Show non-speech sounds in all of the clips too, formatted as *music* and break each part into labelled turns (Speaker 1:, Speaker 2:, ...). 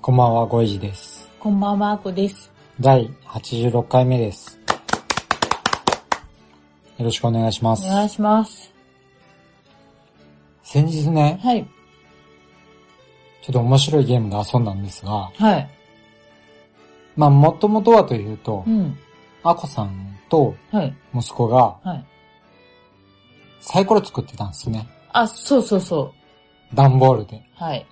Speaker 1: こんばんは、ごいじです。
Speaker 2: こんばんはあこです
Speaker 1: 第86回目です。よろしくお願いしま
Speaker 2: お
Speaker 1: す。
Speaker 2: 願いします
Speaker 1: 先日ね、
Speaker 2: はい
Speaker 1: ちょっと面白いゲームで遊んだんですが、
Speaker 2: はい
Speaker 1: まあ、もともとはというと
Speaker 2: う、ん
Speaker 1: あこさんと
Speaker 2: はい
Speaker 1: 息子が
Speaker 2: はい
Speaker 1: サイコロ作ってたんですね。
Speaker 2: あそうそうそ
Speaker 1: 段ボールで
Speaker 2: う。はい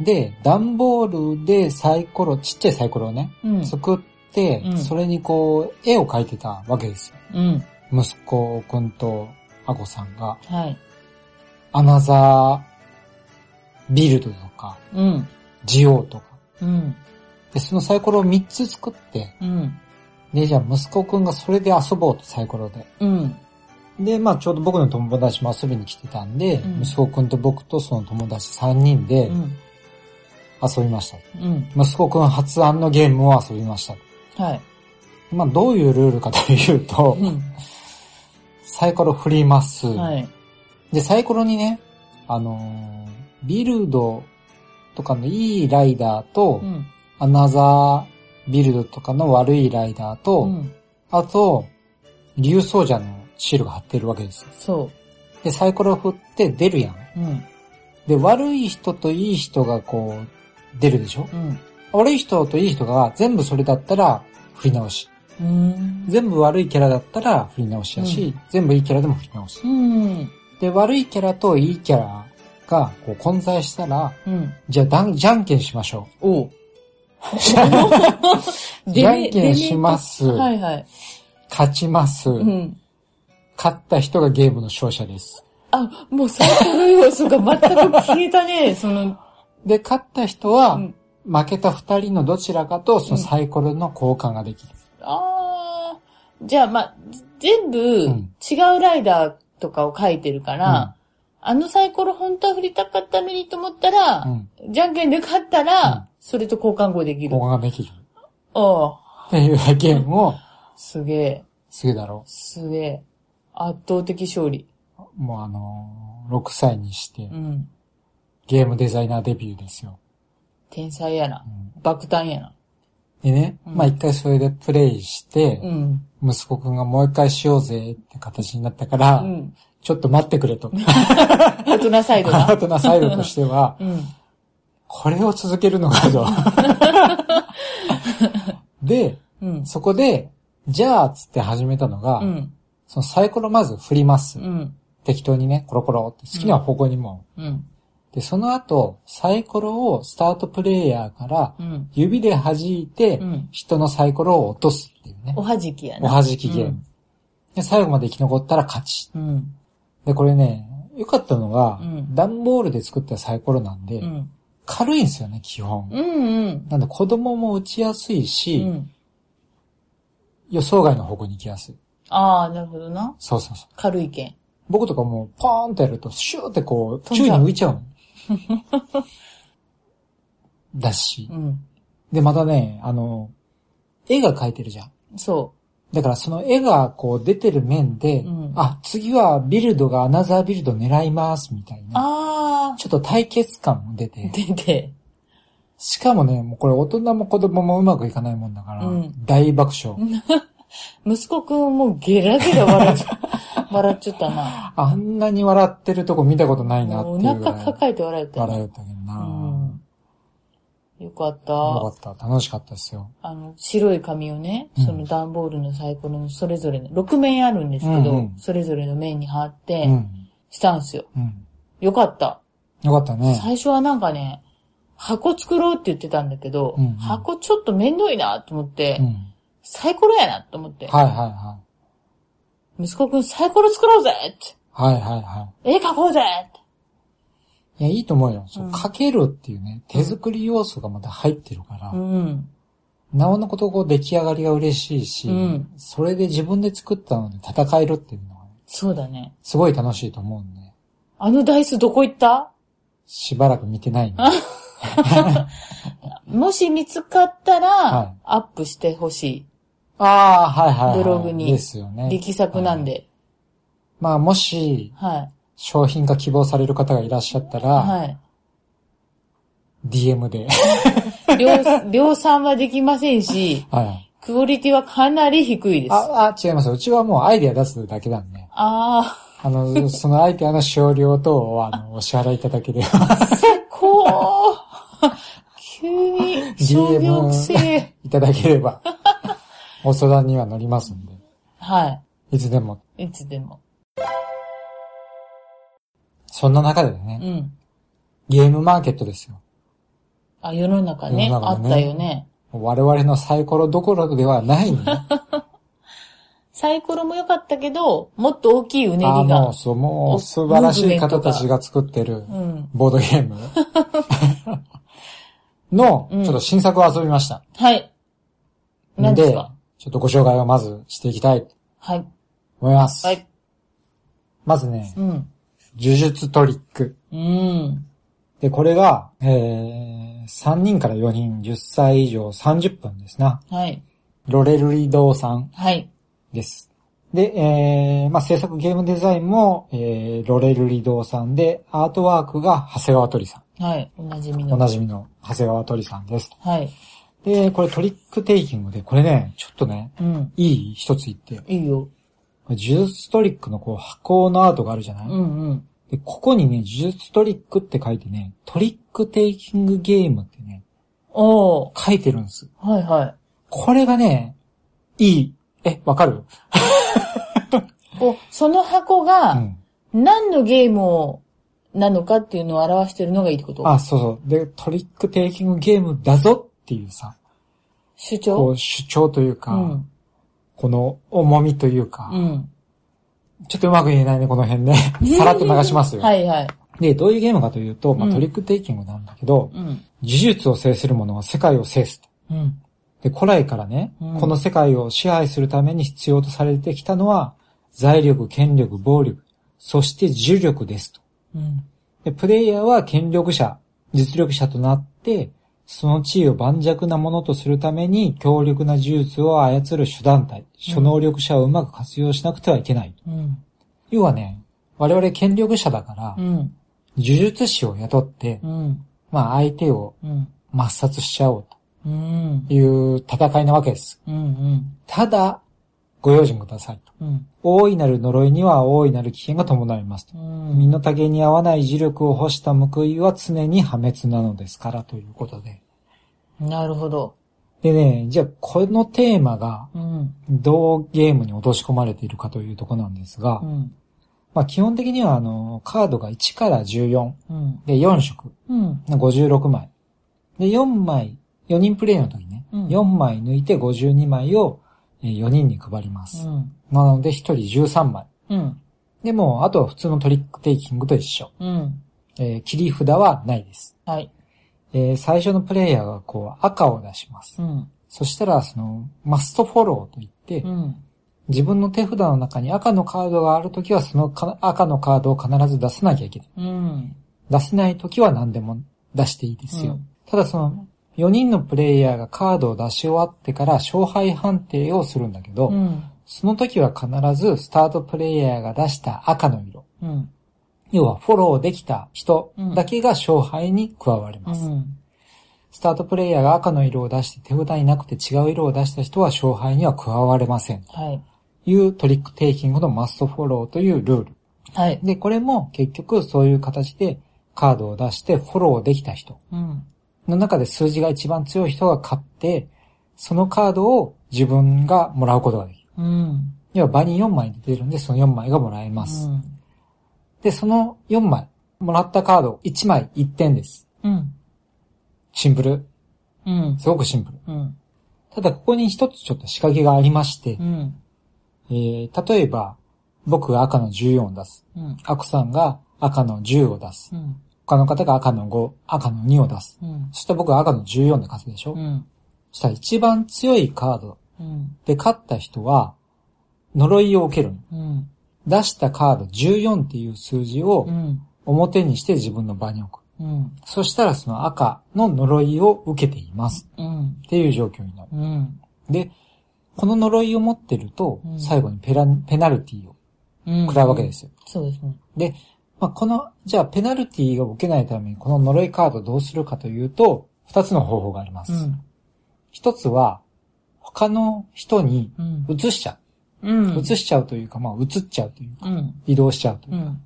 Speaker 1: で、段ボールでサイコロ、ちっちゃいサイコロをね、
Speaker 2: うん
Speaker 1: 作って
Speaker 2: う、ん
Speaker 1: それにこう、絵を描いてたわけですよ。
Speaker 2: うん
Speaker 1: 息子くんとあこさんが。
Speaker 2: はい
Speaker 1: アナザービルドとか、
Speaker 2: うん
Speaker 1: ジオとか。
Speaker 2: うん
Speaker 1: で、そのサイコロを3つ作って、
Speaker 2: うん
Speaker 1: で、じゃあ息子くんがそれで遊ぼうとサイコロで。
Speaker 2: うん
Speaker 1: で、まあちょうど僕の友達も遊びに来てたんで、
Speaker 2: うん
Speaker 1: 息子くんと僕とその友達3人で
Speaker 2: うん
Speaker 1: 遊びました。
Speaker 2: うん
Speaker 1: 息子くん発案のゲームを遊びました。
Speaker 2: はい
Speaker 1: まあどういうルールかというと、
Speaker 2: う
Speaker 1: サイコロ振ります。
Speaker 2: んはい
Speaker 1: で、サイコロにね、あのービルドとかのいいライダーと、
Speaker 2: うん
Speaker 1: アナザービルドとかの悪いライダーと、
Speaker 2: うん
Speaker 1: あと、竜奏者のシールが貼ってるわけですよ。
Speaker 2: そ
Speaker 1: で、サイコロ振って出るやん。
Speaker 2: ううん
Speaker 1: で、悪い人といい人がこう、出るでしょ
Speaker 2: うん
Speaker 1: 悪い人といい人が全部それだったら振り直し。
Speaker 2: うん
Speaker 1: 全部悪いキャラだったら振り直しやし、
Speaker 2: うん
Speaker 1: 全部いいキャラでも振り直し
Speaker 2: う。ん
Speaker 1: で、悪いキャラといいキャラがこう混在したら、
Speaker 2: うん
Speaker 1: じゃあだん、じゃんけんしましょ
Speaker 2: おう
Speaker 1: う。じゃ
Speaker 2: で
Speaker 1: んけんします。
Speaker 2: はいはい。
Speaker 1: 勝ちます。
Speaker 2: うん。
Speaker 1: 勝った人がゲームの勝者です。
Speaker 2: あ、もうサイコロ要素が全く消えたね、その、
Speaker 1: で、勝った人は、
Speaker 2: うん
Speaker 1: 負けた二人のどちらかとそのサイコロの交換ができる。
Speaker 2: あーじゃあまあ、全部違
Speaker 1: ん
Speaker 2: うライダーとかを書いてるから、あのサイコロ本当は振りたかったのにと思ったら
Speaker 1: う、ん。
Speaker 2: じゃんけんで勝った
Speaker 1: うん
Speaker 2: ら、それと交換後できる
Speaker 1: 交。換ができる。
Speaker 2: おう
Speaker 1: っていうゲームを、
Speaker 2: すげえ、
Speaker 1: すげえだろ
Speaker 2: すげえ。圧倒的勝利。
Speaker 1: う。もうあのー、6歳にして
Speaker 2: う、ん。
Speaker 1: ゲームデザイナーデビューですよ。
Speaker 2: 天才やな
Speaker 1: う。ん
Speaker 2: 爆誕やな。
Speaker 1: でね、
Speaker 2: うん
Speaker 1: まあ一回それでプレイして
Speaker 2: う、ん。
Speaker 1: 息子くんがもう一回しようぜって形になったから、
Speaker 2: うん。
Speaker 1: ちょっと待ってくれと。
Speaker 2: 大人サイド
Speaker 1: パ
Speaker 2: な。
Speaker 1: ートナーサイドとしては、
Speaker 2: *laughs* うん。
Speaker 1: これを続ける
Speaker 2: *laughs*
Speaker 1: のかと。で、
Speaker 2: うん。
Speaker 1: そこで、じゃあ、つって始めたのが、
Speaker 2: うん。
Speaker 1: そのサイコロまず振ります。
Speaker 2: うん。
Speaker 1: 適当にね、コロコロって好きな方向にも。
Speaker 2: うん。
Speaker 1: で、その後、サイコロをスタートプレイヤーから
Speaker 2: うん。
Speaker 1: 指で弾いて、
Speaker 2: うん
Speaker 1: 人のサイコロを落とすっていうね
Speaker 2: お。はじきや
Speaker 1: お
Speaker 2: な。
Speaker 1: はじきゲーム、で。最後まで生き残ったら勝ち。
Speaker 2: うん。
Speaker 1: で、これね、良かったのが、
Speaker 2: うん
Speaker 1: 段ボールで作ったサイコロなんで、
Speaker 2: うん。
Speaker 1: 軽いんですよね、基本。
Speaker 2: うん。うん。
Speaker 1: なんで子供も打ちやすいうし、
Speaker 2: ん。
Speaker 1: 予想外の方向に行きやすい。
Speaker 2: ああ、なるほどな。
Speaker 1: そうそうそう。
Speaker 2: 軽いけん。
Speaker 1: 僕とかもう、ポーンってやると、シューってこう、
Speaker 2: 飛ん
Speaker 1: 宙
Speaker 2: じ
Speaker 1: に
Speaker 2: ゃう
Speaker 1: 浮い
Speaker 2: *laughs*
Speaker 1: ちゃうの。だし
Speaker 2: う。ん。
Speaker 1: で、またね、あの、絵が描いてるじゃん。
Speaker 2: そ
Speaker 1: だからその絵がこう出てる面で、
Speaker 2: うん。
Speaker 1: あ、次はビルドがアナザービルド狙います、みたいうな。
Speaker 2: あ
Speaker 1: ちょっと対決感も出て
Speaker 2: あ。。出て。
Speaker 1: しかもね、もうこれ大人も子供もうまくいかないもんだから、
Speaker 2: うん
Speaker 1: 大爆笑。
Speaker 2: 息子くんもうゲラゲラ笑っち *laughs* ゃ、笑っちゃったな。
Speaker 1: あんなに笑ってるとこ見たことないなって
Speaker 2: もう
Speaker 1: い
Speaker 2: お
Speaker 1: うぐ
Speaker 2: 腹
Speaker 1: らい
Speaker 2: 抱えて笑えた
Speaker 1: 笑
Speaker 2: よ。
Speaker 1: うたけど
Speaker 2: う
Speaker 1: な、
Speaker 2: ん。よかっ
Speaker 1: よ
Speaker 2: た。
Speaker 1: かった。楽しかったですよ。
Speaker 2: あの、白い紙をね、
Speaker 1: うん
Speaker 2: その段ボールのサイコロのそれぞれの、6面あるんですけ
Speaker 1: うん
Speaker 2: ど
Speaker 1: う、ん
Speaker 2: それぞれの面に貼っ
Speaker 1: う
Speaker 2: て、
Speaker 1: ん。
Speaker 2: したんすよ。
Speaker 1: うん。
Speaker 2: よかった。
Speaker 1: よかったね。
Speaker 2: 最初はなんかね、箱作ろうって言ってたんだけど、
Speaker 1: うんうん
Speaker 2: 箱ちょっとめんどいなと思って、
Speaker 1: うん。
Speaker 2: サイコロやなと思って、
Speaker 1: はいはいは
Speaker 2: 息子くんサイコロ作ろうぜって
Speaker 1: い。はいはいは
Speaker 2: 絵描こうぜって
Speaker 1: いや、いいと思うよ。そうう、
Speaker 2: ん
Speaker 1: かけるっていうね、手作り要素がまた入ってるから、
Speaker 2: うん。
Speaker 1: なおのことこう出来上がりが嬉しいし、
Speaker 2: うん
Speaker 1: それで自分で作ったので戦えるっていうのは、ね、
Speaker 2: そうだね。
Speaker 1: すごい楽しいと思うんで、
Speaker 2: あのダイスどこ行った
Speaker 1: しばらく見てないんで。
Speaker 2: もし見つかった
Speaker 1: は
Speaker 2: ら
Speaker 1: い、
Speaker 2: アップしてほし
Speaker 1: ああ、はいはい、はい。
Speaker 2: ブログに
Speaker 1: ですよね。
Speaker 2: い。力作なん
Speaker 1: はい
Speaker 2: で。
Speaker 1: まあ、もし、
Speaker 2: はい。
Speaker 1: 商品化希望される方がいらっしゃったら、
Speaker 2: はい。 *laughs*
Speaker 1: DM で。
Speaker 2: 量、量産はできませんし、
Speaker 1: はい。
Speaker 2: クオリティはかなり低いです。あ
Speaker 1: あ、あ、違います。うちはもうアイデア出すだけなんで。
Speaker 2: あ
Speaker 1: あの、そのアイデアの使用料と、あ
Speaker 2: *laughs*
Speaker 1: の、お支払いいただければ *laughs*
Speaker 2: ー、こう、急
Speaker 1: *laughs*
Speaker 2: に商業性。
Speaker 1: いただけ
Speaker 2: *laughs*
Speaker 1: れば、お相談には乗りますんで。
Speaker 2: はい
Speaker 1: つでも。
Speaker 2: い。いつでも。
Speaker 1: そんな中で
Speaker 2: う
Speaker 1: ね、
Speaker 2: ん。
Speaker 1: ゲームマーケットですよ。
Speaker 2: あ、世の中ね、
Speaker 1: 世の
Speaker 2: あ
Speaker 1: 中
Speaker 2: っ
Speaker 1: ね
Speaker 2: たよね。
Speaker 1: 我々のサイコロどころではな
Speaker 2: *laughs*
Speaker 1: いね。
Speaker 2: サイコロも良かったけど、もっと大きいうねり
Speaker 1: あも
Speaker 2: が
Speaker 1: う、。そう、もう素晴らしい方たちが作ってる
Speaker 2: うん。
Speaker 1: ボードゲーム
Speaker 2: *laughs*
Speaker 1: の、
Speaker 2: うん
Speaker 1: ちょっと新作を遊びました。
Speaker 2: はい。何です
Speaker 1: で
Speaker 2: か、
Speaker 1: ちょっとご紹介をまずしていきたいと
Speaker 2: はい。
Speaker 1: 思います。
Speaker 2: はい。
Speaker 1: まずね、
Speaker 2: うん。
Speaker 1: 呪術トリック。
Speaker 2: うん。
Speaker 1: で、これが、えー、3人から4人、10歳以上30分ですな。
Speaker 2: はい。
Speaker 1: ロレルリドーさん
Speaker 2: はい。
Speaker 1: です。で、えー、まあ、制作ゲームデザインも、えー、ロレルリドーさんで、アートワークが長谷川鳥さん。
Speaker 2: はい。おなじみの。
Speaker 1: おなじみの長谷川鳥さんです。
Speaker 2: はい。
Speaker 1: で、これトリックテイキングで、これね、ちょっとね、
Speaker 2: うん。
Speaker 1: いい一つ言って、こ
Speaker 2: いいよ。
Speaker 1: れ呪術トリックのこう箱のアートがあるじゃない、
Speaker 2: うんうん。
Speaker 1: で、ここにね、呪術トリックって書いてね、トリックテイキングゲームってね、
Speaker 2: おー。
Speaker 1: 書いてるんです。
Speaker 2: はいは
Speaker 1: これがね、いい。え、わかる
Speaker 2: い。こう、その箱
Speaker 1: う
Speaker 2: が、
Speaker 1: ん。
Speaker 2: 何のゲームを、なのかっていうのを表してるのがいいってこと
Speaker 1: あ、そうそう。で、トリックテイキングゲームだぞっていうさ、
Speaker 2: 主
Speaker 1: こ
Speaker 2: 張
Speaker 1: う主張という
Speaker 2: う
Speaker 1: か、
Speaker 2: ん。
Speaker 1: この重みというか、
Speaker 2: うん。
Speaker 1: ちょっとうまく言えないね、この辺ね。さらっと流しますよ。
Speaker 2: はいはい。
Speaker 1: で、どういうゲームかというと、ま
Speaker 2: う
Speaker 1: あ、
Speaker 2: ん
Speaker 1: トリックテイキングなんだけど、
Speaker 2: うん。
Speaker 1: 呪術を制する者は世界を制すと。
Speaker 2: うん。
Speaker 1: で、古来からね、
Speaker 2: うん
Speaker 1: この世界を支配するために必要とされてきたのは、財力、権力、暴力、そして呪力ですと。
Speaker 2: うん。
Speaker 1: で、プレイヤーは権力者、実力者となって、その地位を盤石なものとするために強力な呪術を操る主団体、諸能力者をうまく活用しなくてはいけない。
Speaker 2: うん。
Speaker 1: 要はね、我々権力者だから、
Speaker 2: う
Speaker 1: 呪
Speaker 2: ん。
Speaker 1: 術師を雇って、
Speaker 2: うん。
Speaker 1: まあ相手を
Speaker 2: うん。
Speaker 1: 抹殺しちゃおう
Speaker 2: うん
Speaker 1: と。いう戦いなわけです。
Speaker 2: うん。
Speaker 1: ただ、ご用心くださいと。
Speaker 2: うん。
Speaker 1: 大いなる呪いには大いなる危険が伴いますと。身
Speaker 2: うん。
Speaker 1: の丈に合わない磁力を欲した報いは常に破滅なのですからということで。
Speaker 2: なるほど。
Speaker 1: でね、じゃあこのテーマが
Speaker 2: うん。
Speaker 1: どうゲームに落とし込まれているかというところなんですが、
Speaker 2: うん。
Speaker 1: まあ基本的にはあの、カードが1から14
Speaker 2: うん。
Speaker 1: で4色、
Speaker 2: うん。
Speaker 1: 56枚。で、4枚、4人プレイの時ね、
Speaker 2: うん
Speaker 1: 4枚抜いて52枚を4人に配ります。
Speaker 2: うん。
Speaker 1: なので1人13枚。
Speaker 2: うん。
Speaker 1: でも、あとは普通のトリックテイキングと一緒。
Speaker 2: うん。
Speaker 1: えー切り札はないです。
Speaker 2: はい。
Speaker 1: えー最初のプレイヤーがこう赤を出します。
Speaker 2: うん。
Speaker 1: そしたら、その、マストフォローといって、
Speaker 2: うん。
Speaker 1: 自分の手札の中に赤のカードがあるときは、そのか赤のカードを必ず出さなきゃいけない。
Speaker 2: うん。
Speaker 1: 出せないときは何でも出していいですよ。
Speaker 2: うん
Speaker 1: ただその、4人のプレイヤーがカードを出し終わってから勝敗判定をするんだけど、
Speaker 2: うん。
Speaker 1: その時は必ずスタートプレイヤーが出した赤の色、
Speaker 2: うん。
Speaker 1: 要はフォローできた人だけが勝敗に加わります。スタートプレイヤーが赤の色を出して手札になくて違う色を出した人は勝敗には加われません。
Speaker 2: はい。
Speaker 1: いうトリックテイキングのマストフォローというルール。
Speaker 2: はい。
Speaker 1: で、これも結局そういう形でカードを出してフォローできた人
Speaker 2: うん。
Speaker 1: の中で数字が一番強い人が勝って、そのカードを自分がもらうことができる。
Speaker 2: うん。
Speaker 1: 要は場に4枚出てるんで、その4枚がもらえます。で、その4枚、もらったカード1枚1点です。
Speaker 2: うん。
Speaker 1: シンプル。
Speaker 2: うん。
Speaker 1: すごくシンプル。
Speaker 2: うん。
Speaker 1: ただここに一つちょっと仕掛けがありまして、
Speaker 2: うん。
Speaker 1: えー例えば、僕が赤の14を出す。
Speaker 2: うん。
Speaker 1: アコさんが赤の10を出す。
Speaker 2: うん。
Speaker 1: 他の方が赤の5、赤の2を出す。
Speaker 2: うん。
Speaker 1: そして僕は赤の14で勝つでしょ、
Speaker 2: うん。
Speaker 1: そしたら一番強いカード
Speaker 2: うん。
Speaker 1: で勝った人は、呪いを受けるの。
Speaker 2: うん。
Speaker 1: 出したカード14っていう数字を
Speaker 2: うん。
Speaker 1: 表にして自分の場に置く。
Speaker 2: うん。
Speaker 1: そしたらその赤の呪いを受けています。
Speaker 2: うん。
Speaker 1: っていう状況になる。
Speaker 2: うん。
Speaker 1: で、この呪いを持ってると
Speaker 2: う、ん
Speaker 1: 最後にペラペナルティを
Speaker 2: うん。
Speaker 1: 食らうわけですよ。
Speaker 2: そうですね。
Speaker 1: で、まあ、この、じゃあペナルティを受けないためにこの呪いカードをどうするかというと、二つの方法があります。
Speaker 2: うん。
Speaker 1: 一つは、他の人に
Speaker 2: うん。
Speaker 1: 移しちゃ
Speaker 2: うん。
Speaker 1: う。移しちゃうというか、まあ、移っちゃうというか、
Speaker 2: うん。
Speaker 1: 移動しちゃうというう。
Speaker 2: ん。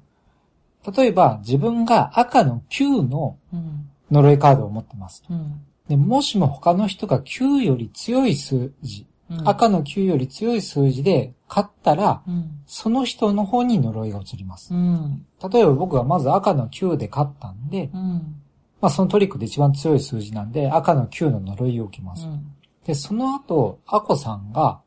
Speaker 1: 例えば、自分が赤の9の
Speaker 2: うん。
Speaker 1: 呪いカードを持ってます。
Speaker 2: うん。
Speaker 1: で、もしも他の人が9より強い数字、
Speaker 2: うん。
Speaker 1: 赤の9より強い数字で勝ったら、
Speaker 2: うん。
Speaker 1: その人の方に呪いが移ります
Speaker 2: う。ん。
Speaker 1: 例えば僕がまず赤の9で勝ったんで、
Speaker 2: うん。
Speaker 1: まあそのトリックで一番強い数字なんで、赤の9の呪いを受けます。
Speaker 2: うん。
Speaker 1: で、その後、アコさんが、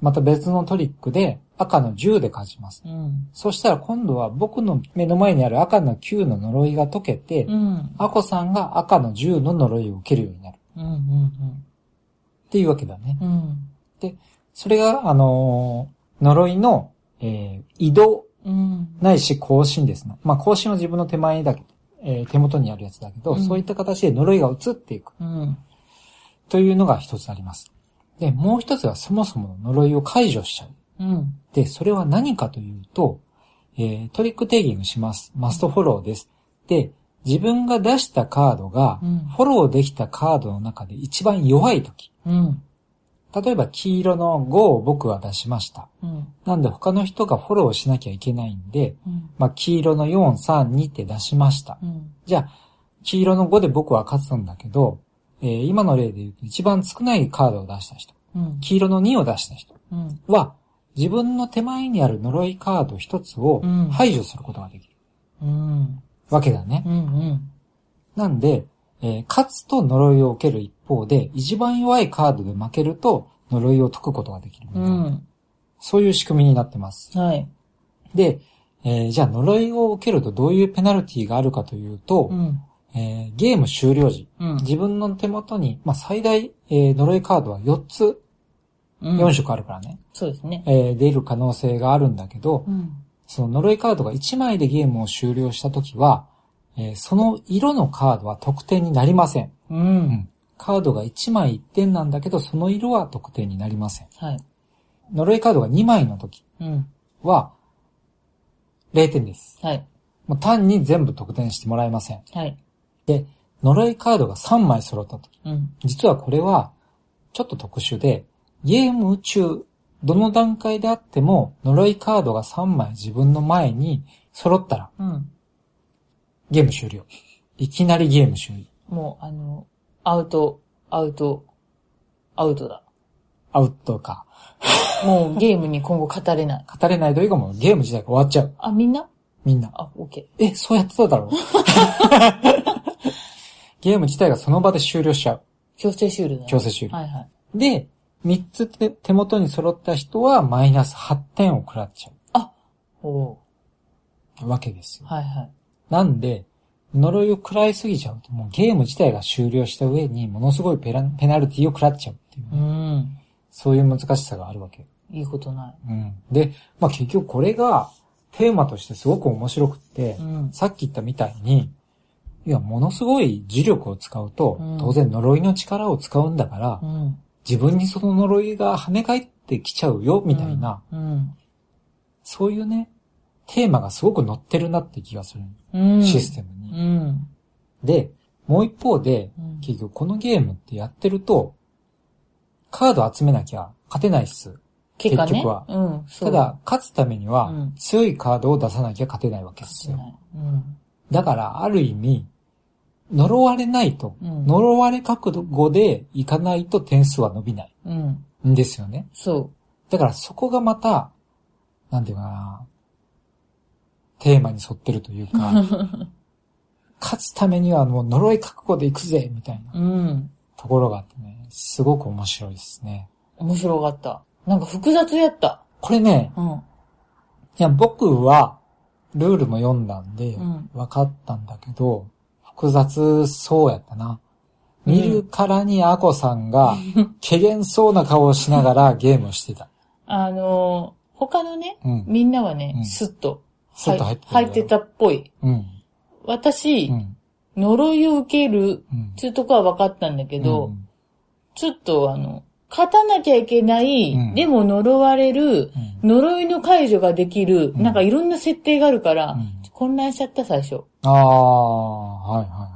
Speaker 1: また別のトリックで赤の10で勝ちます。
Speaker 2: うん。
Speaker 1: そしたら今度は僕の目の前にある赤の9の呪いが解けて、
Speaker 2: うん。
Speaker 1: アコさんが赤の10の呪いを受けるようになる。
Speaker 2: うん。うん。
Speaker 1: っていうわけだね。
Speaker 2: うん。
Speaker 1: それが、あのー呪いの、えー移動
Speaker 2: うん。
Speaker 1: ないし更新ですね。まあ更新は自分の手前だけ、えー手元にあるやつだけど、
Speaker 2: うん
Speaker 1: そういった形で呪いが移っていく
Speaker 2: うん。
Speaker 1: というのが一つあります。で、もう一つはそもそもの呪いを解除しちゃ
Speaker 2: う
Speaker 1: う。
Speaker 2: ん。
Speaker 1: で、それは何かというと、えートリックテイキングします。マストフォローです。で、自分が出したカードが、
Speaker 2: うん
Speaker 1: フォローできたカードの中で一番弱い時。
Speaker 2: うん。
Speaker 1: 例えば黄色の5を僕は出しました。
Speaker 2: うん。
Speaker 1: なんで他の人がフォローしなきゃいけないんで、
Speaker 2: うん。
Speaker 1: まあ、黄色の4、3、2って出しました。
Speaker 2: うん。
Speaker 1: じゃあ、黄色の5で僕は勝つんだけど、えー今の例で言うと一番少ないカードを出した人、
Speaker 2: うん。
Speaker 1: 黄色の2を出した人
Speaker 2: うん。
Speaker 1: は、自分の手前にある呪いカード一つを
Speaker 2: うん
Speaker 1: 排除することができる
Speaker 2: うん。
Speaker 1: わけだね。
Speaker 2: うん。
Speaker 1: なんで、えー勝つと呪いを受ける一方で、一番弱いカードで負けると呪いを解くことができる。
Speaker 2: うん。
Speaker 1: そういう仕組みになってます。
Speaker 2: はい。
Speaker 1: で、えーじゃあ呪いを受けるとどういうペナルティがあるかというと、
Speaker 2: うん。
Speaker 1: えーゲーム終了時、
Speaker 2: うん。
Speaker 1: 自分の手元に、まあ、最大、えー呪いカードは4つ、4色あるからね、
Speaker 2: そうですね。
Speaker 1: えー出る可能性があるんだけど、
Speaker 2: うん。
Speaker 1: その呪いカードが1枚でゲームを終了したときは、えーその色のカードは得点になりません。
Speaker 2: う。
Speaker 1: うんん。カードが1枚1点なんだけど、その色は得点になりません。
Speaker 2: はい。
Speaker 1: 呪いカードが2枚の時
Speaker 2: うん。
Speaker 1: は、0点です。
Speaker 2: はい。
Speaker 1: もう単に全部得点してもらえません。
Speaker 2: はい。
Speaker 1: で、呪いカードが3枚揃った時
Speaker 2: うん。
Speaker 1: 実はこれは、ちょっと特殊で、ゲーム中、どの段階であっても、呪いカードが3枚自分の前に揃ったら、
Speaker 2: うん。
Speaker 1: ゲーム終了。いきなりゲーム終了。
Speaker 2: もう、あの、アウト、アウト、アウトだ。
Speaker 1: アウトか。
Speaker 2: もうゲームに今後語れない。
Speaker 1: 語れないというかもうゲーム自体が終わっちゃう。
Speaker 2: *laughs* あ、みんな
Speaker 1: みんな。
Speaker 2: あ、オッケ
Speaker 1: え、そうやってただろう。 *laughs* ゲーム自体がその場で終了しちゃう。
Speaker 2: ー。強制終了だ。
Speaker 1: 強制終了。
Speaker 2: はいはい。
Speaker 1: で、3つ手手元に揃った人はマイナス8点を食らっちゃ
Speaker 2: おお
Speaker 1: うわけですよ。
Speaker 2: はいはい。
Speaker 1: なんで、呪いを食らいすぎちゃうと、もうゲーム自体が終了した上に、ものすごいペラペナルティを食らっちゃうっていう、
Speaker 2: うん。
Speaker 1: そういう難しさがあるわけ。
Speaker 2: いいことな
Speaker 1: うん。で、まあ、結局これが、テーマとしてすごく面白くって、
Speaker 2: い。うん。
Speaker 1: さっき言ったみたいに、いや、ものすごい磁力を使うと、
Speaker 2: うん
Speaker 1: 当然呪いの力を使うんだから
Speaker 2: う、ん。
Speaker 1: 自分にその呪いが跳ね返ってきちゃうよ、みたいな、。
Speaker 2: うん。
Speaker 1: そういうね、テーマがすごく載ってるなって気がする。
Speaker 2: うん。
Speaker 1: システムに。
Speaker 2: うん。
Speaker 1: で、もう一方で、
Speaker 2: うん。
Speaker 1: 結局このゲームってやってると、カード集めなきゃ勝てないっす。
Speaker 2: 結果ね。
Speaker 1: 結局は
Speaker 2: うん。そ
Speaker 1: た
Speaker 2: う。
Speaker 1: だ、勝つためには
Speaker 2: うん、
Speaker 1: 強いカードを出さなきゃ勝てないわけですよ。
Speaker 2: うん。
Speaker 1: だから、ある意味、呪われないと、
Speaker 2: うん
Speaker 1: 呪われ覚悟でいかないと点数は伸びない
Speaker 2: うん。
Speaker 1: んですよね。
Speaker 2: そ
Speaker 1: だからそこがまた、なんていうかな、テーマに沿ってるというか、勝つためにはもう呪い覚悟でいくぜみたい
Speaker 2: *laughs*
Speaker 1: な
Speaker 2: う。うん。
Speaker 1: ところがあってね、すごく面白いですね。
Speaker 2: 面白かった。なんか複雑やった。
Speaker 1: これね、
Speaker 2: うん。
Speaker 1: いや、僕は、ルールも読んだんで
Speaker 2: うん、
Speaker 1: 分かったんだけど、複雑そうやったな。見るからにアコさんが、けげんそうな顔をしながらゲームをしてた。
Speaker 2: あのー他のね、
Speaker 1: うん
Speaker 2: みんなはね
Speaker 1: う、ん
Speaker 2: スッと、
Speaker 1: スッと入ってたよ
Speaker 2: 入ってたっぽい。
Speaker 1: うん。
Speaker 2: 私、
Speaker 1: うん。
Speaker 2: 呪いを受ける
Speaker 1: うん
Speaker 2: っていうとこは分かったんだけど、
Speaker 1: うん
Speaker 2: ちょっとあの、勝たなきゃいけない、
Speaker 1: うん
Speaker 2: でも呪われる、呪いの解除ができる、
Speaker 1: ん
Speaker 2: なんかいろんな設定があるから、
Speaker 1: うん
Speaker 2: 混乱しちゃった最初。
Speaker 1: ああ、はいは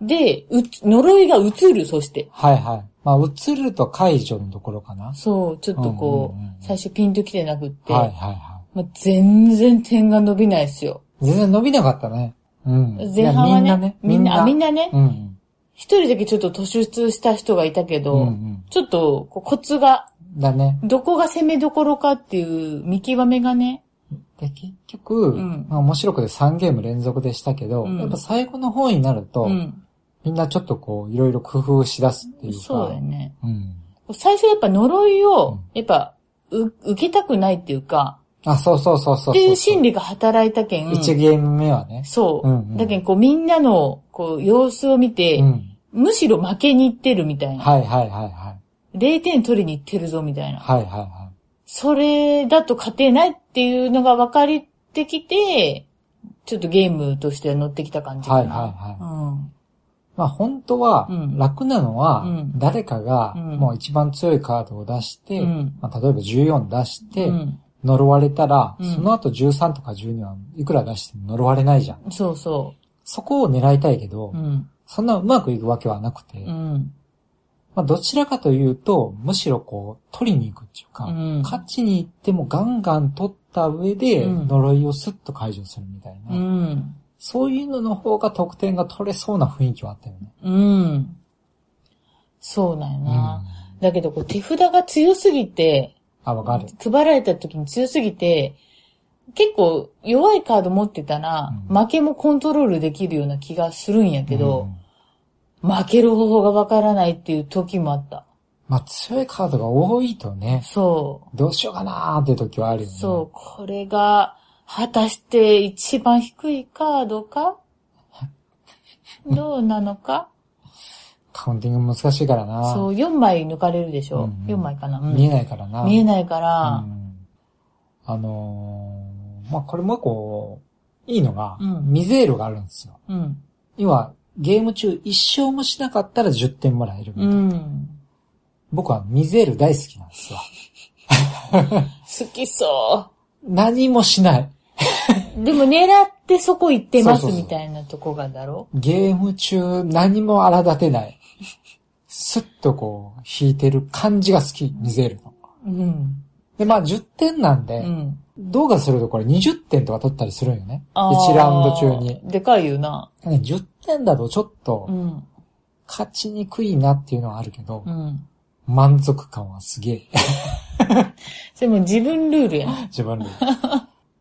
Speaker 2: で、うつ呪いが移る、そして。
Speaker 1: いはい。はいはい。まあ、映ると解除のところかな。は
Speaker 2: そう、ちょっとこう、
Speaker 1: うんうんうんうん
Speaker 2: 最初ピンときてなくって、
Speaker 1: いはいは
Speaker 2: まあ、全然点が伸びないっすよ。
Speaker 1: い。全然伸びなかったね。うん。
Speaker 2: 前半はい
Speaker 1: やみんな
Speaker 2: ね
Speaker 1: ね、。
Speaker 2: みんな、あみんなね、
Speaker 1: うん。
Speaker 2: 一人だけちょっと突出した人がいたけ
Speaker 1: う
Speaker 2: ど、
Speaker 1: ん。うん
Speaker 2: ちょっとこうコツが、
Speaker 1: うん。だね。
Speaker 2: どこが攻めどころかっていう見極めがね、
Speaker 1: で、結局、
Speaker 2: うん
Speaker 1: まあ面白くて3ゲーム連続でしたけど、
Speaker 2: うん
Speaker 1: やっぱ最後の方になると、
Speaker 2: うん。
Speaker 1: みんなちょっとこう、いろいろ工夫しだすっていうか。
Speaker 2: そうだね。
Speaker 1: うん。
Speaker 2: 最初やっぱ呪いを、やっぱ、う、受けたくないっていうか、
Speaker 1: あ、そうそうそうそうそう。
Speaker 2: っていう心理が働いたけん、
Speaker 1: 1ゲーム目はね。
Speaker 2: そう。
Speaker 1: うんうん
Speaker 2: だけん、こう、みんなの、こう、様子を見て、
Speaker 1: うん。
Speaker 2: むしろ負けに行ってるみたいな。
Speaker 1: はいはいはいはい。
Speaker 2: 0点取りに行ってるぞみたいな。
Speaker 1: はいはいは
Speaker 2: それだと勝てないっていうのが分かりてきて、ちょっとゲームとして乗ってきた感じかな。
Speaker 1: はいはいはい。まあ本当は
Speaker 2: うん、
Speaker 1: 楽なのは
Speaker 2: うん、
Speaker 1: 誰かが、
Speaker 2: うん
Speaker 1: もう一番強いカードを出して、
Speaker 2: うん
Speaker 1: まあ例えば14出し
Speaker 2: う
Speaker 1: て
Speaker 2: ん。う、ん。
Speaker 1: 呪われたら、
Speaker 2: うん
Speaker 1: その後13とか12はいくら出しても呪われないじゃん。
Speaker 2: そうそ
Speaker 1: そこを狙いたいけど、
Speaker 2: う。うん。
Speaker 1: そんなうまくいくわけはなくて、
Speaker 2: うん。
Speaker 1: まあどちらかというと、むしろこう、取りに行くっていうか、
Speaker 2: うん
Speaker 1: 勝ちに行ってもガンガン取った上で、
Speaker 2: うん
Speaker 1: 呪いをスッと解除するみたいな、
Speaker 2: うん。
Speaker 1: そういうのの方が得点が取れそうな雰囲気はあったよね。
Speaker 2: うん。そうなんや
Speaker 1: うん
Speaker 2: な。だけど、こう、手札が強すぎて、
Speaker 1: あ、わかる。
Speaker 2: 配られた時に強すぎて、結構弱いカード持ってたら、
Speaker 1: うん
Speaker 2: 負けもコントロールできるような気がするんやけど、負ける方法がわからないっていう時もあった。
Speaker 1: まあ強いカードが多いとね、
Speaker 2: そう。
Speaker 1: どうしようかなーって時はあるよね。
Speaker 2: そう、これが、果たして一番低いカード
Speaker 1: *laughs*
Speaker 2: かどうなのか
Speaker 1: カウンティング難しいからな。
Speaker 2: そう、4枚抜かれるでしょ、
Speaker 1: うん
Speaker 2: ?4
Speaker 1: うん
Speaker 2: 枚かな、うん
Speaker 1: 見えないからな。
Speaker 2: 見えないから
Speaker 1: う、んあのーまあ、これもう一個、いいのが、
Speaker 2: うん
Speaker 1: ミゼールがあるんですよ。
Speaker 2: うん。
Speaker 1: 要は、ゲーム中一勝もしなかったら10点もらえるみた
Speaker 2: う
Speaker 1: いな、
Speaker 2: ん。
Speaker 1: 僕はミゼール大好きなんですよ。
Speaker 2: 好きそ
Speaker 1: 何もしない。
Speaker 2: う。でも狙ってそこ行ってます
Speaker 1: そうそうそう
Speaker 2: みたいなとこがだろ
Speaker 1: ゲーム中何も荒立てない。スッとこう、弾いてる感じが好き、ミゼールの。
Speaker 2: うん。
Speaker 1: で、まあ10点なんで、
Speaker 2: うん。
Speaker 1: どうかするとこれ20点とか取ったりするんよね。
Speaker 2: あー
Speaker 1: 1ラウンド中に。。
Speaker 2: でかいよな。
Speaker 1: ね10点だとちょっと、
Speaker 2: うん。
Speaker 1: 勝ちにくいなっていうのはあるけど
Speaker 2: う、ん。
Speaker 1: 満足感はすげえ。
Speaker 2: それも自分ルールやな。
Speaker 1: 自分で。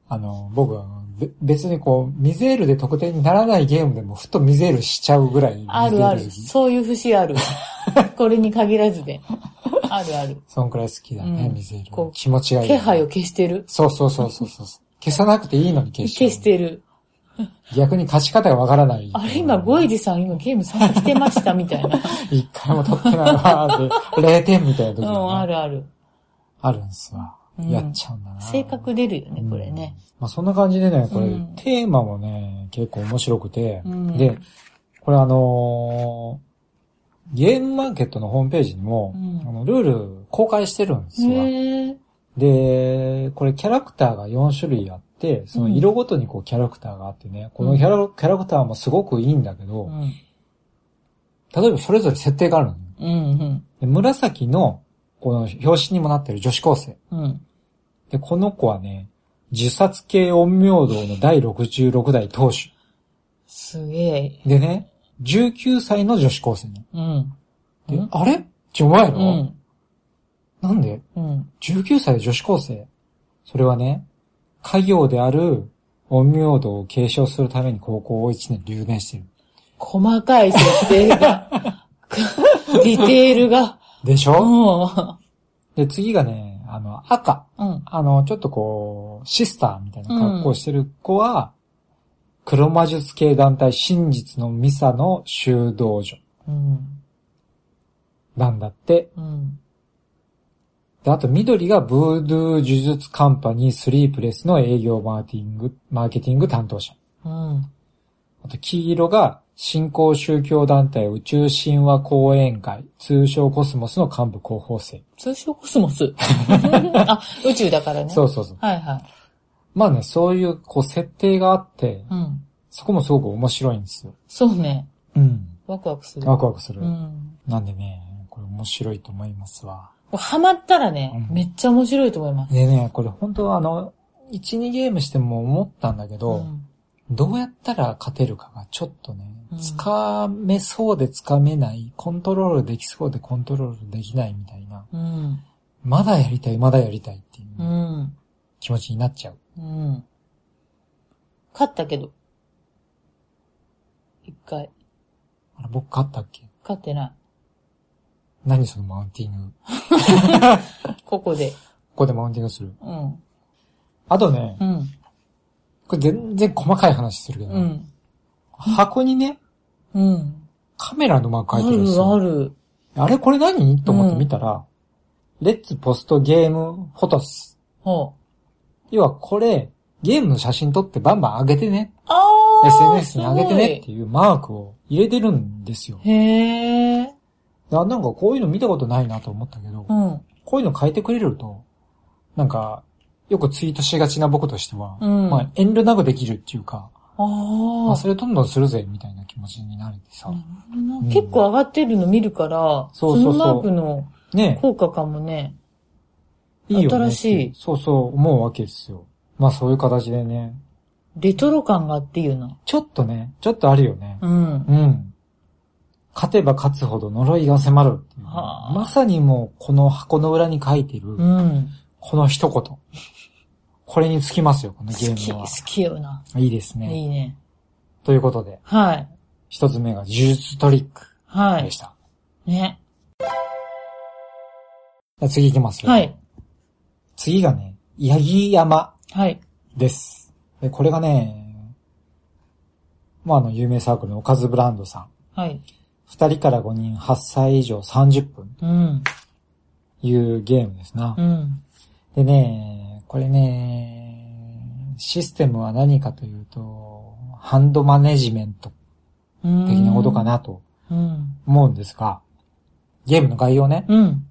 Speaker 1: あの、僕はべ別にこう、ミゼールで得点にならないゲームでもふとミゼールしちゃうぐらい。
Speaker 2: あるあ
Speaker 1: ミゼ
Speaker 2: る。
Speaker 1: ール
Speaker 2: そういう節
Speaker 1: *laughs*
Speaker 2: ある。これに限らずで。あるある。
Speaker 1: そんくらい好きだね、
Speaker 2: うん
Speaker 1: ミゼール。
Speaker 2: こう
Speaker 1: 気持ちがいい。
Speaker 2: 気配を。消してる
Speaker 1: そうそうそうそうそう。消さなくていいのに消しちゃう
Speaker 2: 消してる。
Speaker 1: 逆に勝ち方がわからない。
Speaker 2: あれ今、ゴイジさん今ゲーム参加してましたみ
Speaker 1: *laughs*
Speaker 2: たいな。
Speaker 1: 一回も取ってないわーで、0点みたいな時
Speaker 2: う
Speaker 1: がね
Speaker 2: ん、あるある。
Speaker 1: あるんすわ。
Speaker 2: うん
Speaker 1: やっちゃうんだな。
Speaker 2: 性格出るよね、これね。
Speaker 1: まあそんな感じでね、これ、
Speaker 2: うん
Speaker 1: テーマもね、結構面白くて、
Speaker 2: うん
Speaker 1: で、これあのーゲームマーケットのホームページにも、
Speaker 2: うん
Speaker 1: あのルール公開してるんですよ。
Speaker 2: へえ。
Speaker 1: で、これキャラクターが4種類あって、その色ごとにこうキャラクターがあってね、このキャラキャラクターもすごくいいんだけ
Speaker 2: う
Speaker 1: ど、
Speaker 2: ん。
Speaker 1: 例えばそれぞれ設定があるのね。
Speaker 2: うん、
Speaker 1: で紫の、この表紙にもなってる女子高生。
Speaker 2: うん。うん。
Speaker 1: で、この子はね、自殺系陰陽道の第66代当主。
Speaker 2: すげえ。
Speaker 1: でね、19歳の女子高生ね。
Speaker 2: うん。
Speaker 1: で
Speaker 2: うん
Speaker 1: あれって思うや
Speaker 2: う
Speaker 1: ろ、
Speaker 2: ん。
Speaker 1: なんで
Speaker 2: うん。
Speaker 1: ?19 歳で女子高生それはね、家業である陰陽道を継承するために高校を1年留年してる。
Speaker 2: 細かい設定が。 *laughs* ディテールが。
Speaker 1: でしょ、
Speaker 2: も
Speaker 1: で、次がね、ああの、赤。
Speaker 2: うん。
Speaker 1: あの、ちょっとこう、シスターみたいな格好をしてる子は、黒魔術系団体真実のミサの修道女
Speaker 2: うん。
Speaker 1: なんだって。
Speaker 2: うん。
Speaker 1: で、あと緑がブードゥー呪術カンパニースリープレスの営業マーケティング、マーケティング担当者。
Speaker 2: うん。
Speaker 1: あと黄色が新興宗教団体宇宙神話講演会、通称コスモスの幹部広報生。
Speaker 2: 通称コスモ
Speaker 1: *laughs*
Speaker 2: ス。あ、宇宙だからね。
Speaker 1: そうそうそう。
Speaker 2: はいはい。
Speaker 1: まあね、そういうこう設定があって、
Speaker 2: うん。
Speaker 1: そこもすごく面白いんですよ。
Speaker 2: そうね。
Speaker 1: うん。
Speaker 2: ワクワクする。
Speaker 1: ワクワクする。
Speaker 2: うん。
Speaker 1: なんでね、これ面白いと思いますわ。
Speaker 2: ハマったらね、
Speaker 1: うん
Speaker 2: めっちゃ面白いと思います。
Speaker 1: でね、これ本当はあの、1、2ゲームしても思ったんだけど、
Speaker 2: ん。
Speaker 1: どうやったら勝てるかがちょっとね
Speaker 2: うん、
Speaker 1: つかめそうでつかめない、コントロールできそうでコントロールできないみたいな、
Speaker 2: うん。。
Speaker 1: まだやりたい、まだやりたいっていううん気持ちになっちゃう。
Speaker 2: うん。勝ったけど。一回。
Speaker 1: あれ僕勝ったっけ
Speaker 2: 勝ってな
Speaker 1: 何そのマウンティング。
Speaker 2: い。ここで。
Speaker 1: ここでマウンティングする。
Speaker 2: うん。
Speaker 1: あとね
Speaker 2: う、ん。
Speaker 1: これ全然細かい話するけど、
Speaker 2: うん。
Speaker 1: 箱にね、
Speaker 2: うん。
Speaker 1: カメラのマーク
Speaker 2: あ
Speaker 1: 書いてるんです
Speaker 2: る
Speaker 1: よ。
Speaker 2: ある。
Speaker 1: あれこれ何と思って見たら、レッツポストゲームフォトス。
Speaker 2: ほう。
Speaker 1: 要はこれ、ゲームの写真撮ってバンバン上げてね。
Speaker 2: あー
Speaker 1: SNS に上げてねっ
Speaker 2: す
Speaker 1: ていうマークを入れてるんですよ
Speaker 2: ご。いへー。
Speaker 1: あなんかこういうの見たことないなと思ったけど、
Speaker 2: うん。
Speaker 1: こういうの変えてくれると、なんか、よくツイートしがちな僕としては、
Speaker 2: うん
Speaker 1: まあ遠慮なくできるっていうか、
Speaker 2: あ
Speaker 1: まあ
Speaker 2: ー
Speaker 1: それどんどんするぜみたいな気持ちになれてさ、
Speaker 2: なるほどな
Speaker 1: うん
Speaker 2: 結構上がってるの見るから、
Speaker 1: そうそうそう
Speaker 2: のマークの
Speaker 1: ね
Speaker 2: 効果かもね。
Speaker 1: いいよね。
Speaker 2: 新しい。
Speaker 1: そうそう思うわけですよ。まあそういう形でね、
Speaker 2: レトロ感があっていいよな。
Speaker 1: ちょっとね、ちょっとあるよね。
Speaker 2: うん。
Speaker 1: うん。勝てば勝つほど呪いが迫るっていう
Speaker 2: はあ
Speaker 1: まさにもうこの箱の裏に書いてる、
Speaker 2: うん。
Speaker 1: この一言。これにつきますよ、このゲ
Speaker 2: 好き、
Speaker 1: ーム
Speaker 2: 好
Speaker 1: は。
Speaker 2: きよな。
Speaker 1: いいですね。
Speaker 2: いいね。
Speaker 1: ということで、
Speaker 2: はい。
Speaker 1: 一つ目が呪術トリック
Speaker 2: は
Speaker 1: で
Speaker 2: い
Speaker 1: し。た。
Speaker 2: ね。
Speaker 1: じゃあ次行きますよ。
Speaker 2: はい。
Speaker 1: 次がね、ヤギ山
Speaker 2: はい。
Speaker 1: です。でこれがね、まああの有名サークルのおかずブランドさん。
Speaker 2: はい。
Speaker 1: 二人から五人、8歳以上30分
Speaker 2: うん。
Speaker 1: いうゲームですな。
Speaker 2: うん。
Speaker 1: でね、これね、システムは何かというと、ハンドマネジメント
Speaker 2: うん。
Speaker 1: 的なことか。なと
Speaker 2: うん。
Speaker 1: 思うんですが、ゲームの概要ね。
Speaker 2: うん。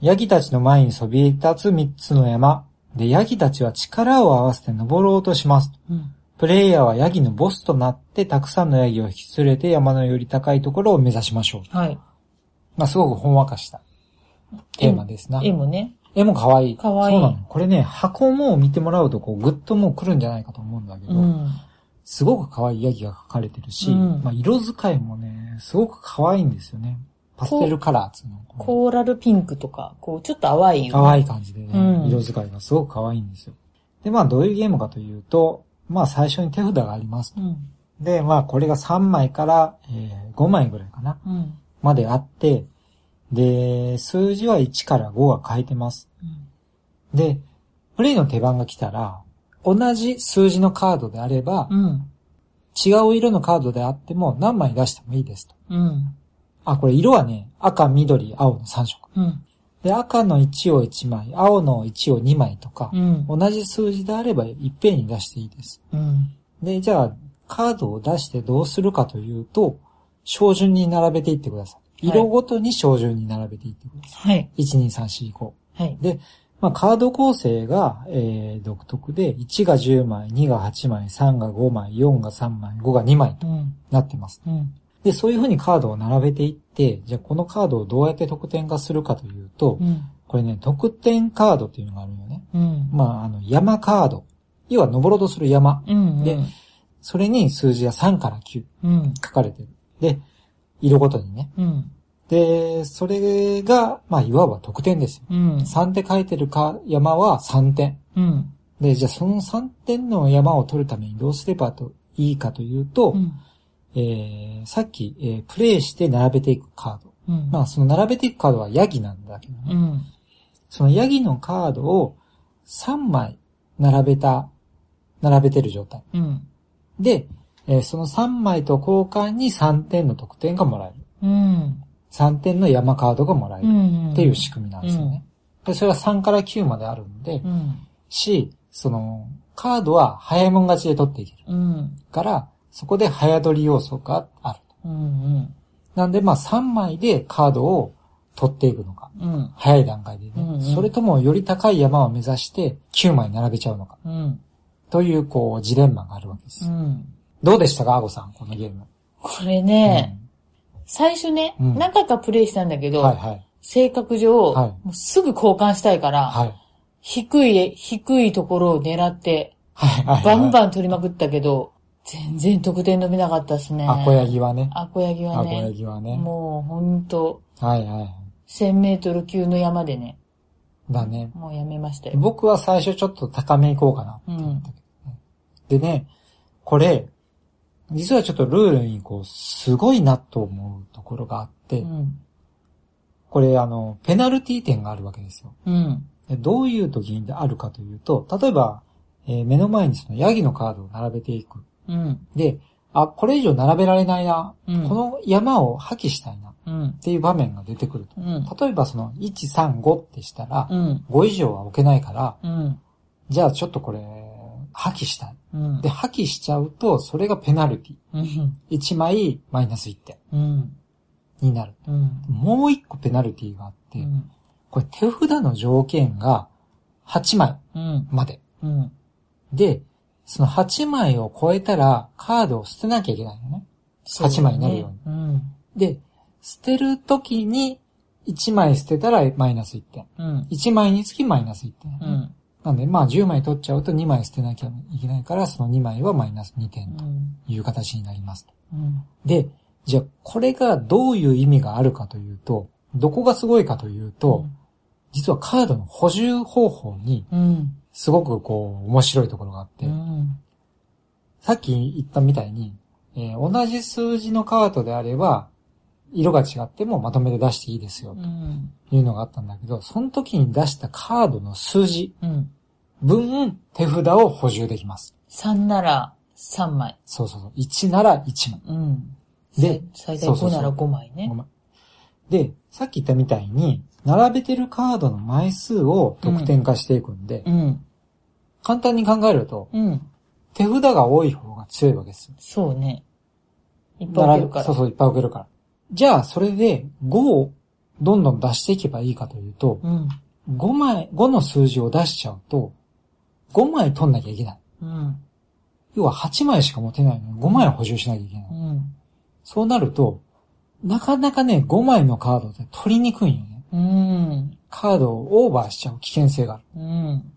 Speaker 1: ヤギたちの前にそびえ立つ三つの山。で、ヤギたちは力を合わせて登ろうとします。
Speaker 2: うん。
Speaker 1: プレイヤーはヤギのボスとなって、たくさんのヤギを引き連れて山のより高いところを目指しましょう。
Speaker 2: はい。
Speaker 1: まあ、すごくほんわかしたテーマですな。
Speaker 2: 絵もね。
Speaker 1: 絵も可愛い。
Speaker 2: 可愛い
Speaker 1: そうなの。これね、箱も見てもらうと、こう、ぐっともう来るんじゃないかと思うんだけど、
Speaker 2: うん。
Speaker 1: すごく可愛いヤギが描かれてるし、
Speaker 2: うん
Speaker 1: まあ、色使いもね、すごく可愛いんですよね。パステルカラーっつうの。こ
Speaker 2: コーラルピンクとか、こう、ちょっと淡いうよ。
Speaker 1: 淡い感じでね、
Speaker 2: うん
Speaker 1: 色使いがすごく可愛いんですよ。で、まあ、どういうゲームかというと、まあ、最初に手札があります。
Speaker 2: うん。
Speaker 1: で、まあ、これが3枚から、え5枚ぐらいかな、
Speaker 2: うん。
Speaker 1: まであって、で、数字は1から5が書いてます。
Speaker 2: うん。
Speaker 1: で、プレイの手番が来たら、同じ数字のカードであれば、
Speaker 2: うん。
Speaker 1: 違う色のカードであっても何枚出してもいいですと。
Speaker 2: うん。
Speaker 1: あ、これ色はね、赤、緑、青の3色。
Speaker 2: うん。
Speaker 1: で、赤の1を1枚、青の1を2枚とか
Speaker 2: う、ん。
Speaker 1: 同じ数字であればいっぺんに出していいです。
Speaker 2: うん。
Speaker 1: で、じゃあ、カードを出してどうするかというと、照準に並べていってください。
Speaker 2: はい
Speaker 1: 色ごとに照準に並べていってくださ
Speaker 2: はい。
Speaker 1: い。1、2、3、4、5。
Speaker 2: はい。
Speaker 1: で、まあ、カード構成が、えー独特で、1が10枚、2が8枚、3が5枚、4が3枚、5が2枚と
Speaker 2: うん。
Speaker 1: なってます。
Speaker 2: うん。
Speaker 1: で、そういう風にカードを並べていって、じゃあこのカードをどうやって得点化するかというと
Speaker 2: う、ん。
Speaker 1: これね、得点カードっていうのがあるよね。
Speaker 2: うん。
Speaker 1: まあ、あの、山カード。要は登ろうとする山。
Speaker 2: うん。
Speaker 1: で、それに数字が3から9
Speaker 2: うん。
Speaker 1: 書かれてる。で、色ごとにね。
Speaker 2: うん。
Speaker 1: で、それが、まあ、いわば得点ですよ。
Speaker 2: うん。
Speaker 1: 3って書いてるか山は3点。
Speaker 2: うん。
Speaker 1: で、じゃあその3点の山を取るためにどうすればといいかというと、
Speaker 2: うん。
Speaker 1: えー、さっき、えープレイして並べていくカード。
Speaker 2: うん。
Speaker 1: まあその並べていくカードはヤギなんだけどね。
Speaker 2: うん。
Speaker 1: そのヤギのカードを3枚並べた、並べてる状態。
Speaker 2: うん。
Speaker 1: で、えーその3枚と交換に3点の得点がもらえる。
Speaker 2: うん。
Speaker 1: 3点の山カードがもらえ
Speaker 2: う
Speaker 1: る
Speaker 2: ん。
Speaker 1: っていう仕組みなんですよね。で、それは3から9まであるんで
Speaker 2: う、ん。
Speaker 1: し、その、カードは早いもん勝ちで取っていける
Speaker 2: うん。
Speaker 1: から、そこで早取り要素がある。
Speaker 2: うん。
Speaker 1: なんで、まあ3枚でカードを取っていくのか。
Speaker 2: うん。
Speaker 1: 早い段階でね。
Speaker 2: うんうん
Speaker 1: それともより高い山を目指して9枚並べちゃうのか。
Speaker 2: うん。
Speaker 1: という、こう、ジレンマがあるわけです。
Speaker 2: うん。
Speaker 1: どうでしたか、アゴさん、このゲーム。
Speaker 2: これね、最初ね、
Speaker 1: うん
Speaker 2: 何回かプレイしたんだけ
Speaker 1: うん
Speaker 2: ど、
Speaker 1: はいはい。
Speaker 2: 性格上、
Speaker 1: はい
Speaker 2: もうすぐ交換したいから、
Speaker 1: はい。
Speaker 2: 低い、低いところを狙って、
Speaker 1: はいはいはい。
Speaker 2: バンバン取りまくったけど、全然得点伸びなかったしね。
Speaker 1: アコヤギはね。
Speaker 2: アコヤギ
Speaker 1: ア
Speaker 2: は
Speaker 1: コヤ
Speaker 2: ね、
Speaker 1: ギはね。
Speaker 2: もうほんと、
Speaker 1: はいはいは
Speaker 2: 1000メートル級の山でね、
Speaker 1: い。だね。
Speaker 2: もうやめましたよ。
Speaker 1: 僕は最初ちょっと高めいこうかなって思ったけどね。でね、これ、実はちょっとルールにこう、すごいなと思うところがあって、
Speaker 2: うん。
Speaker 1: これあの、ペナルティ点があるわけですよ。
Speaker 2: うん。
Speaker 1: でどういう時にあるかというと、例えば、えー目の前にそのヤギのカードを並べていく。
Speaker 2: うん。
Speaker 1: で、あ、これ以上並べられないな。
Speaker 2: うん
Speaker 1: この山を破棄したいなっ
Speaker 2: うん。
Speaker 1: ていう場面が出てくると。
Speaker 2: うん。
Speaker 1: 例えばその1、3、5ってしたら、
Speaker 2: うん。
Speaker 1: 5以上は置けないから、
Speaker 2: うん。
Speaker 1: じゃあちょっとこれ、破棄したい。
Speaker 2: うん
Speaker 1: で、。破棄しちゃうと、それがペナルティ。
Speaker 2: うん。
Speaker 1: 1枚マイナス1点
Speaker 2: うん。
Speaker 1: になる。
Speaker 2: うん。
Speaker 1: もう1個ペナルティがあって、
Speaker 2: うん。
Speaker 1: これ手札の条件が8枚
Speaker 2: うん。
Speaker 1: まで。
Speaker 2: うん。
Speaker 1: で、その8枚を超えたらカードを捨てなきゃいけないのね。8枚になるように。
Speaker 2: うん。
Speaker 1: で、捨てるときに1枚捨てたらマイナス1点。
Speaker 2: うん。
Speaker 1: 1枚につきマイナス1点。
Speaker 2: うん。
Speaker 1: なんで、まあ10枚取っちゃうと2枚捨てなきゃいけないから、その2枚はマイナス2点と
Speaker 2: うん。
Speaker 1: いう形になります。
Speaker 2: うん。
Speaker 1: で、じゃあこれがどういう意味があるかというと、どこがすごいかというと、実はカードの補充方法に
Speaker 2: うん。
Speaker 1: すごくこう面白いところがあって、
Speaker 2: うん。
Speaker 1: さっき言ったみたいに、えー同じ数字のカードであれば、色が違ってもまとめて出していいです
Speaker 2: う
Speaker 1: よ、
Speaker 2: ん。
Speaker 1: というのがあったんだけど、その時に出したカードの数字
Speaker 2: うん。
Speaker 1: 分手札を補充できます。
Speaker 2: 3なら3枚。
Speaker 1: そうそうそう。1なら1枚。
Speaker 2: うん。
Speaker 1: で
Speaker 2: 最
Speaker 1: そ
Speaker 2: 大
Speaker 1: うそう
Speaker 2: 5
Speaker 1: そう
Speaker 2: なら5枚ね
Speaker 1: ご。めんで、さっき言ったみたいに、並べてるカードの枚数を得点化していくんで、
Speaker 2: うん。
Speaker 1: 簡単に考えると、
Speaker 2: うん。
Speaker 1: 手札が多い方が強いわけですよ。
Speaker 2: そうね。いっぱい置けるから。
Speaker 1: そうそう、いっぱい置けるから。じゃあ、それで5をどんどん出していけばいいかというと、
Speaker 2: うん。
Speaker 1: 5枚、5の数字を出しちゃうと、5枚取んなきゃいけない。
Speaker 2: うん。
Speaker 1: 要は8枚しか持てないのに5枚補充しなきゃいけな
Speaker 2: う
Speaker 1: い。
Speaker 2: ん。
Speaker 1: そうなると、なかなかね、5枚のカードって取りにくいんよね。
Speaker 2: うん。
Speaker 1: カードをオーバーしちゃう危険性がある。
Speaker 2: うん。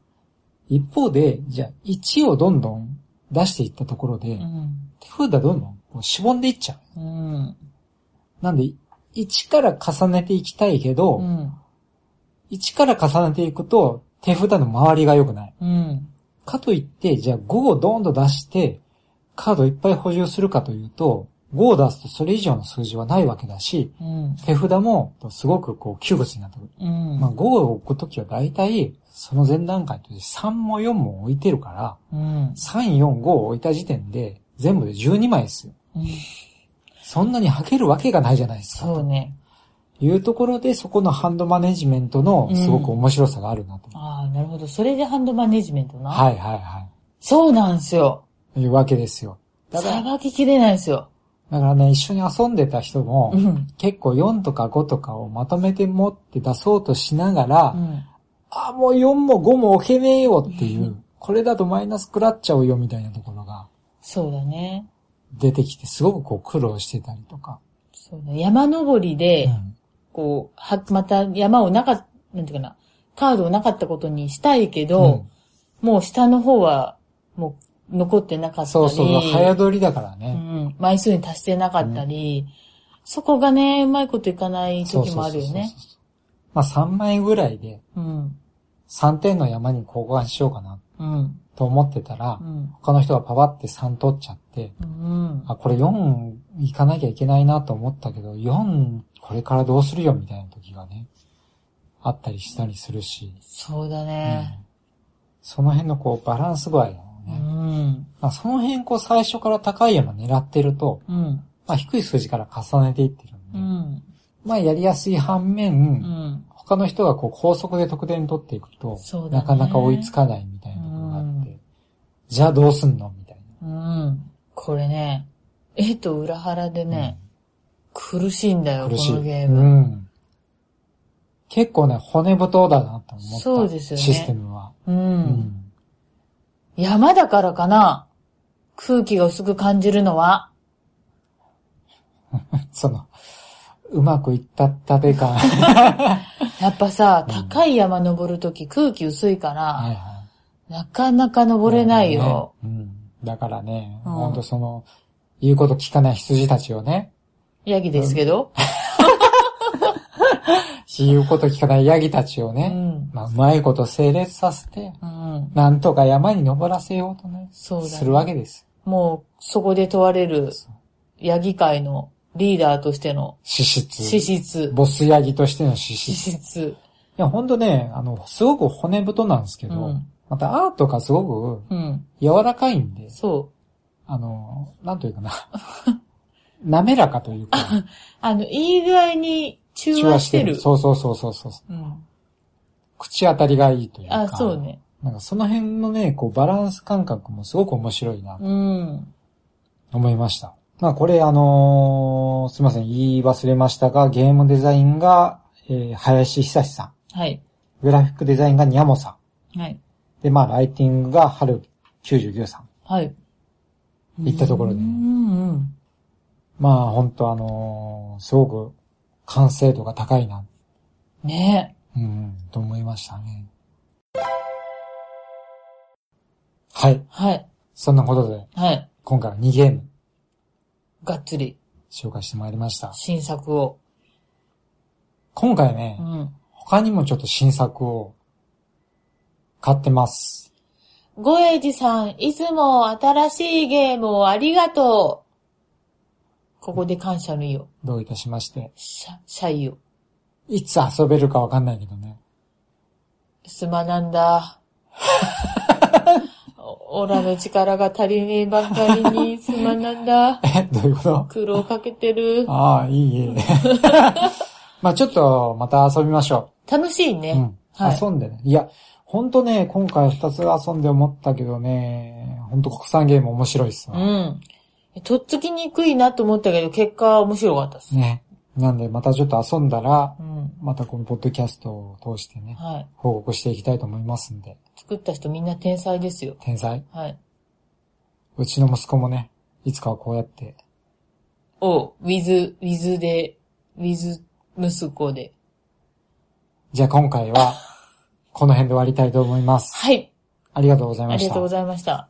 Speaker 1: 一方で、じゃあ1をどんどん出していったところで、
Speaker 2: うん。
Speaker 1: 手札どんどんこうしぼんでいっちゃう。
Speaker 2: うん。
Speaker 1: なんで、1から重ねていきたいけど、
Speaker 2: うん。
Speaker 1: 1から重ねていくと、手札の周りが良くない。
Speaker 2: うん。
Speaker 1: かといって、じゃあ5をドーンと出して、カードいっぱい補充するかというと、5を出すとそれ以上の数字はないわけだし、
Speaker 2: うん。
Speaker 1: 手札もすごくこう窮屈になってくる。
Speaker 2: うん。
Speaker 1: まあ5を置くときは大体、その前段階として3も4も置いてるから、
Speaker 2: うん。
Speaker 1: 3、4、5を置いた時点で、全部で12枚ですよ。
Speaker 2: うん
Speaker 1: そんなに吐けるわけがないじゃないですか。
Speaker 2: そうね。
Speaker 1: というところで、そこのハンドマネジメントのすごく面白さがあるなと。
Speaker 2: ああ、なるほど。それでハンドマネジメントな。
Speaker 1: はいはいはい。
Speaker 2: そうなんですよ。
Speaker 1: というわけですよ。だから、
Speaker 2: さばききれないんですよ。
Speaker 1: だからね、一緒に遊んでた人も、
Speaker 2: うん。
Speaker 1: 結構4とか5とかをまとめて持って出そうとしながら、
Speaker 2: うん。
Speaker 1: あ、もう4も5も置けねえよっていう、これだとマイナス食らっちゃうよみたいなところが
Speaker 2: そうだね。
Speaker 1: 出てきて、すごくこう苦労してたりとか。
Speaker 2: そうだ。山登りで、
Speaker 1: うん
Speaker 2: こう、は、また山をなか、なんていうかな、カードをなかったことにしたいけど、もう下の方は、もう残ってなかったり、
Speaker 1: そうそう、早撮りだから
Speaker 2: う
Speaker 1: ね。
Speaker 2: ん、枚数に達してなかったり、そこがね、うまいこといかない
Speaker 1: そう
Speaker 2: 時もあるよね
Speaker 1: そう。そうそう。まあ3枚ぐらいで
Speaker 2: うん、
Speaker 1: 3点の山に交換しようかな
Speaker 2: うん、
Speaker 1: と思ってたら、
Speaker 2: うん、
Speaker 1: 他の人がパパって3取っちゃって、
Speaker 2: うん、
Speaker 1: あ、これ4行かなきゃいけないなと思ったけど、4これからどうするよみたいな時がね、あったりしたりするし、
Speaker 2: そうだ
Speaker 1: うん
Speaker 2: ね。
Speaker 1: その辺のこうバランス具合だよ
Speaker 2: う
Speaker 1: ね。
Speaker 2: ん。
Speaker 1: まあ、その辺こう最初から高い山狙ってると、
Speaker 2: うん。
Speaker 1: まあ、低い数字から重ねていってるん
Speaker 2: う
Speaker 1: で、
Speaker 2: ん。
Speaker 1: まあやりやすい反面、
Speaker 2: うん。
Speaker 1: 他の人がこう高速で得点取っていくと、
Speaker 2: そうだね
Speaker 1: なかなか追いつかないみたいなところがあって、
Speaker 2: うん
Speaker 1: じゃあどうすんのみたい
Speaker 2: うん。これね、絵と裏腹で
Speaker 1: な。
Speaker 2: ね、苦しいんだよ、
Speaker 1: う
Speaker 2: こ
Speaker 1: ん苦しい。
Speaker 2: のゲー
Speaker 1: う
Speaker 2: ム。
Speaker 1: ん。結構ね、骨太だなと思った。
Speaker 2: そうですよね
Speaker 1: システムは。
Speaker 2: う。。
Speaker 1: うん
Speaker 2: 山だからかな空気が薄く感じるのは。
Speaker 1: その、うまくいったったて
Speaker 2: *laughs*
Speaker 1: 感。はい
Speaker 2: やっぱさ、
Speaker 1: うん
Speaker 2: 高い山登るとき空気薄いから、
Speaker 1: は
Speaker 2: なかなか
Speaker 1: い。
Speaker 2: 登れないよ。。
Speaker 1: うん。だからね、
Speaker 2: うん
Speaker 1: ほんとその、言うこと聞かない羊たちをね、
Speaker 2: ヤギですけど。
Speaker 1: 言うこと聞かないヤギたちを
Speaker 2: う
Speaker 1: ね、
Speaker 2: ん。
Speaker 1: まあ、うまいこと整列させて、
Speaker 2: うん。
Speaker 1: なんとか山に登らせようとね、
Speaker 2: そうだね
Speaker 1: するわけです。
Speaker 2: もう、そこで問われる
Speaker 1: そう、
Speaker 2: ヤギ界のリーダーとしての
Speaker 1: 資質。
Speaker 2: 資質。
Speaker 1: ボスヤギとしての資
Speaker 2: 資
Speaker 1: 質。い
Speaker 2: 質。
Speaker 1: や、ほんとね、あの、すごく骨太なんですけど、
Speaker 2: うん
Speaker 1: またアートがすごく
Speaker 2: うん。
Speaker 1: 柔らかいんで、
Speaker 2: そう。
Speaker 1: あの、なんというかな。
Speaker 2: *laughs*
Speaker 1: 滑らかというか、
Speaker 2: あの、いい具合に中和してる。
Speaker 1: そうそうそうそうそう。
Speaker 2: うん。
Speaker 1: 口当たりがいいというか。
Speaker 2: あ、そう。ね。
Speaker 1: なんかその辺のね、こうバランス感覚もすごく面白いな、
Speaker 2: うん。
Speaker 1: 思いました。まあこれあのーすいません、言い忘れましたが、ゲームデザインが、えー林久志さん。
Speaker 2: はい。
Speaker 1: グラフィックデザインがニャモさん。
Speaker 2: はい。
Speaker 1: で、まあ、ライティングが春99さん。
Speaker 2: はい。
Speaker 1: 行ったところで
Speaker 2: う。んうん。
Speaker 1: まあ、本当あのーすごく完成度が高いな、
Speaker 2: ね
Speaker 1: うん、と思いましたね。はい
Speaker 2: え。。はい。
Speaker 1: そんなことで、
Speaker 2: はい。
Speaker 1: 今回は2ゲーム
Speaker 2: がっつり、
Speaker 1: 紹介してまいりました。
Speaker 2: 新作を。
Speaker 1: 今回ね
Speaker 2: う、ん。
Speaker 1: 他にもちょっと新作を買ってます。
Speaker 2: ごえじさん、いつも新しいゲームをありがとう。ここで感謝の意を。
Speaker 1: どういたしまして。
Speaker 2: しゃ、謝意を。
Speaker 1: いつ遊べるかわかんないけどね。 *laughs*
Speaker 2: すまなんだ。おオラの力が足りねえばっかりに、すまなんだ。
Speaker 1: え、どういうこと
Speaker 2: 苦労かけてる。
Speaker 1: ああ、いいえ。 *laughs* まあちょっと、また遊びましょ。
Speaker 2: 楽しいうね。
Speaker 1: うん。
Speaker 2: はい
Speaker 1: 遊んでね。いや、ほんとね、今回二つ遊んで思ったけどね、ほんと国産ゲーム面白いっすわ。
Speaker 2: うん。とっつきにくいなと思ったけど、結果面白かったです。
Speaker 1: ね。なんで、またちょっと遊んだら
Speaker 2: う、ん。
Speaker 1: またこのポッドキャストを通してね、
Speaker 2: はい。
Speaker 1: 報告していきたいと思いますんで、
Speaker 2: 作った人みんな天才ですよ。
Speaker 1: 天才。
Speaker 2: はい。
Speaker 1: うちの息子もね、いつかはこうやって、
Speaker 2: を、ウィズ、ウィズで、ウィズ息子で。
Speaker 1: じゃあ今回は、この辺で終わりたいと思います。
Speaker 2: はい。
Speaker 1: ありがとうござい
Speaker 2: あ
Speaker 1: ま
Speaker 2: り
Speaker 1: し
Speaker 2: が
Speaker 1: た
Speaker 2: とうご。ざいました。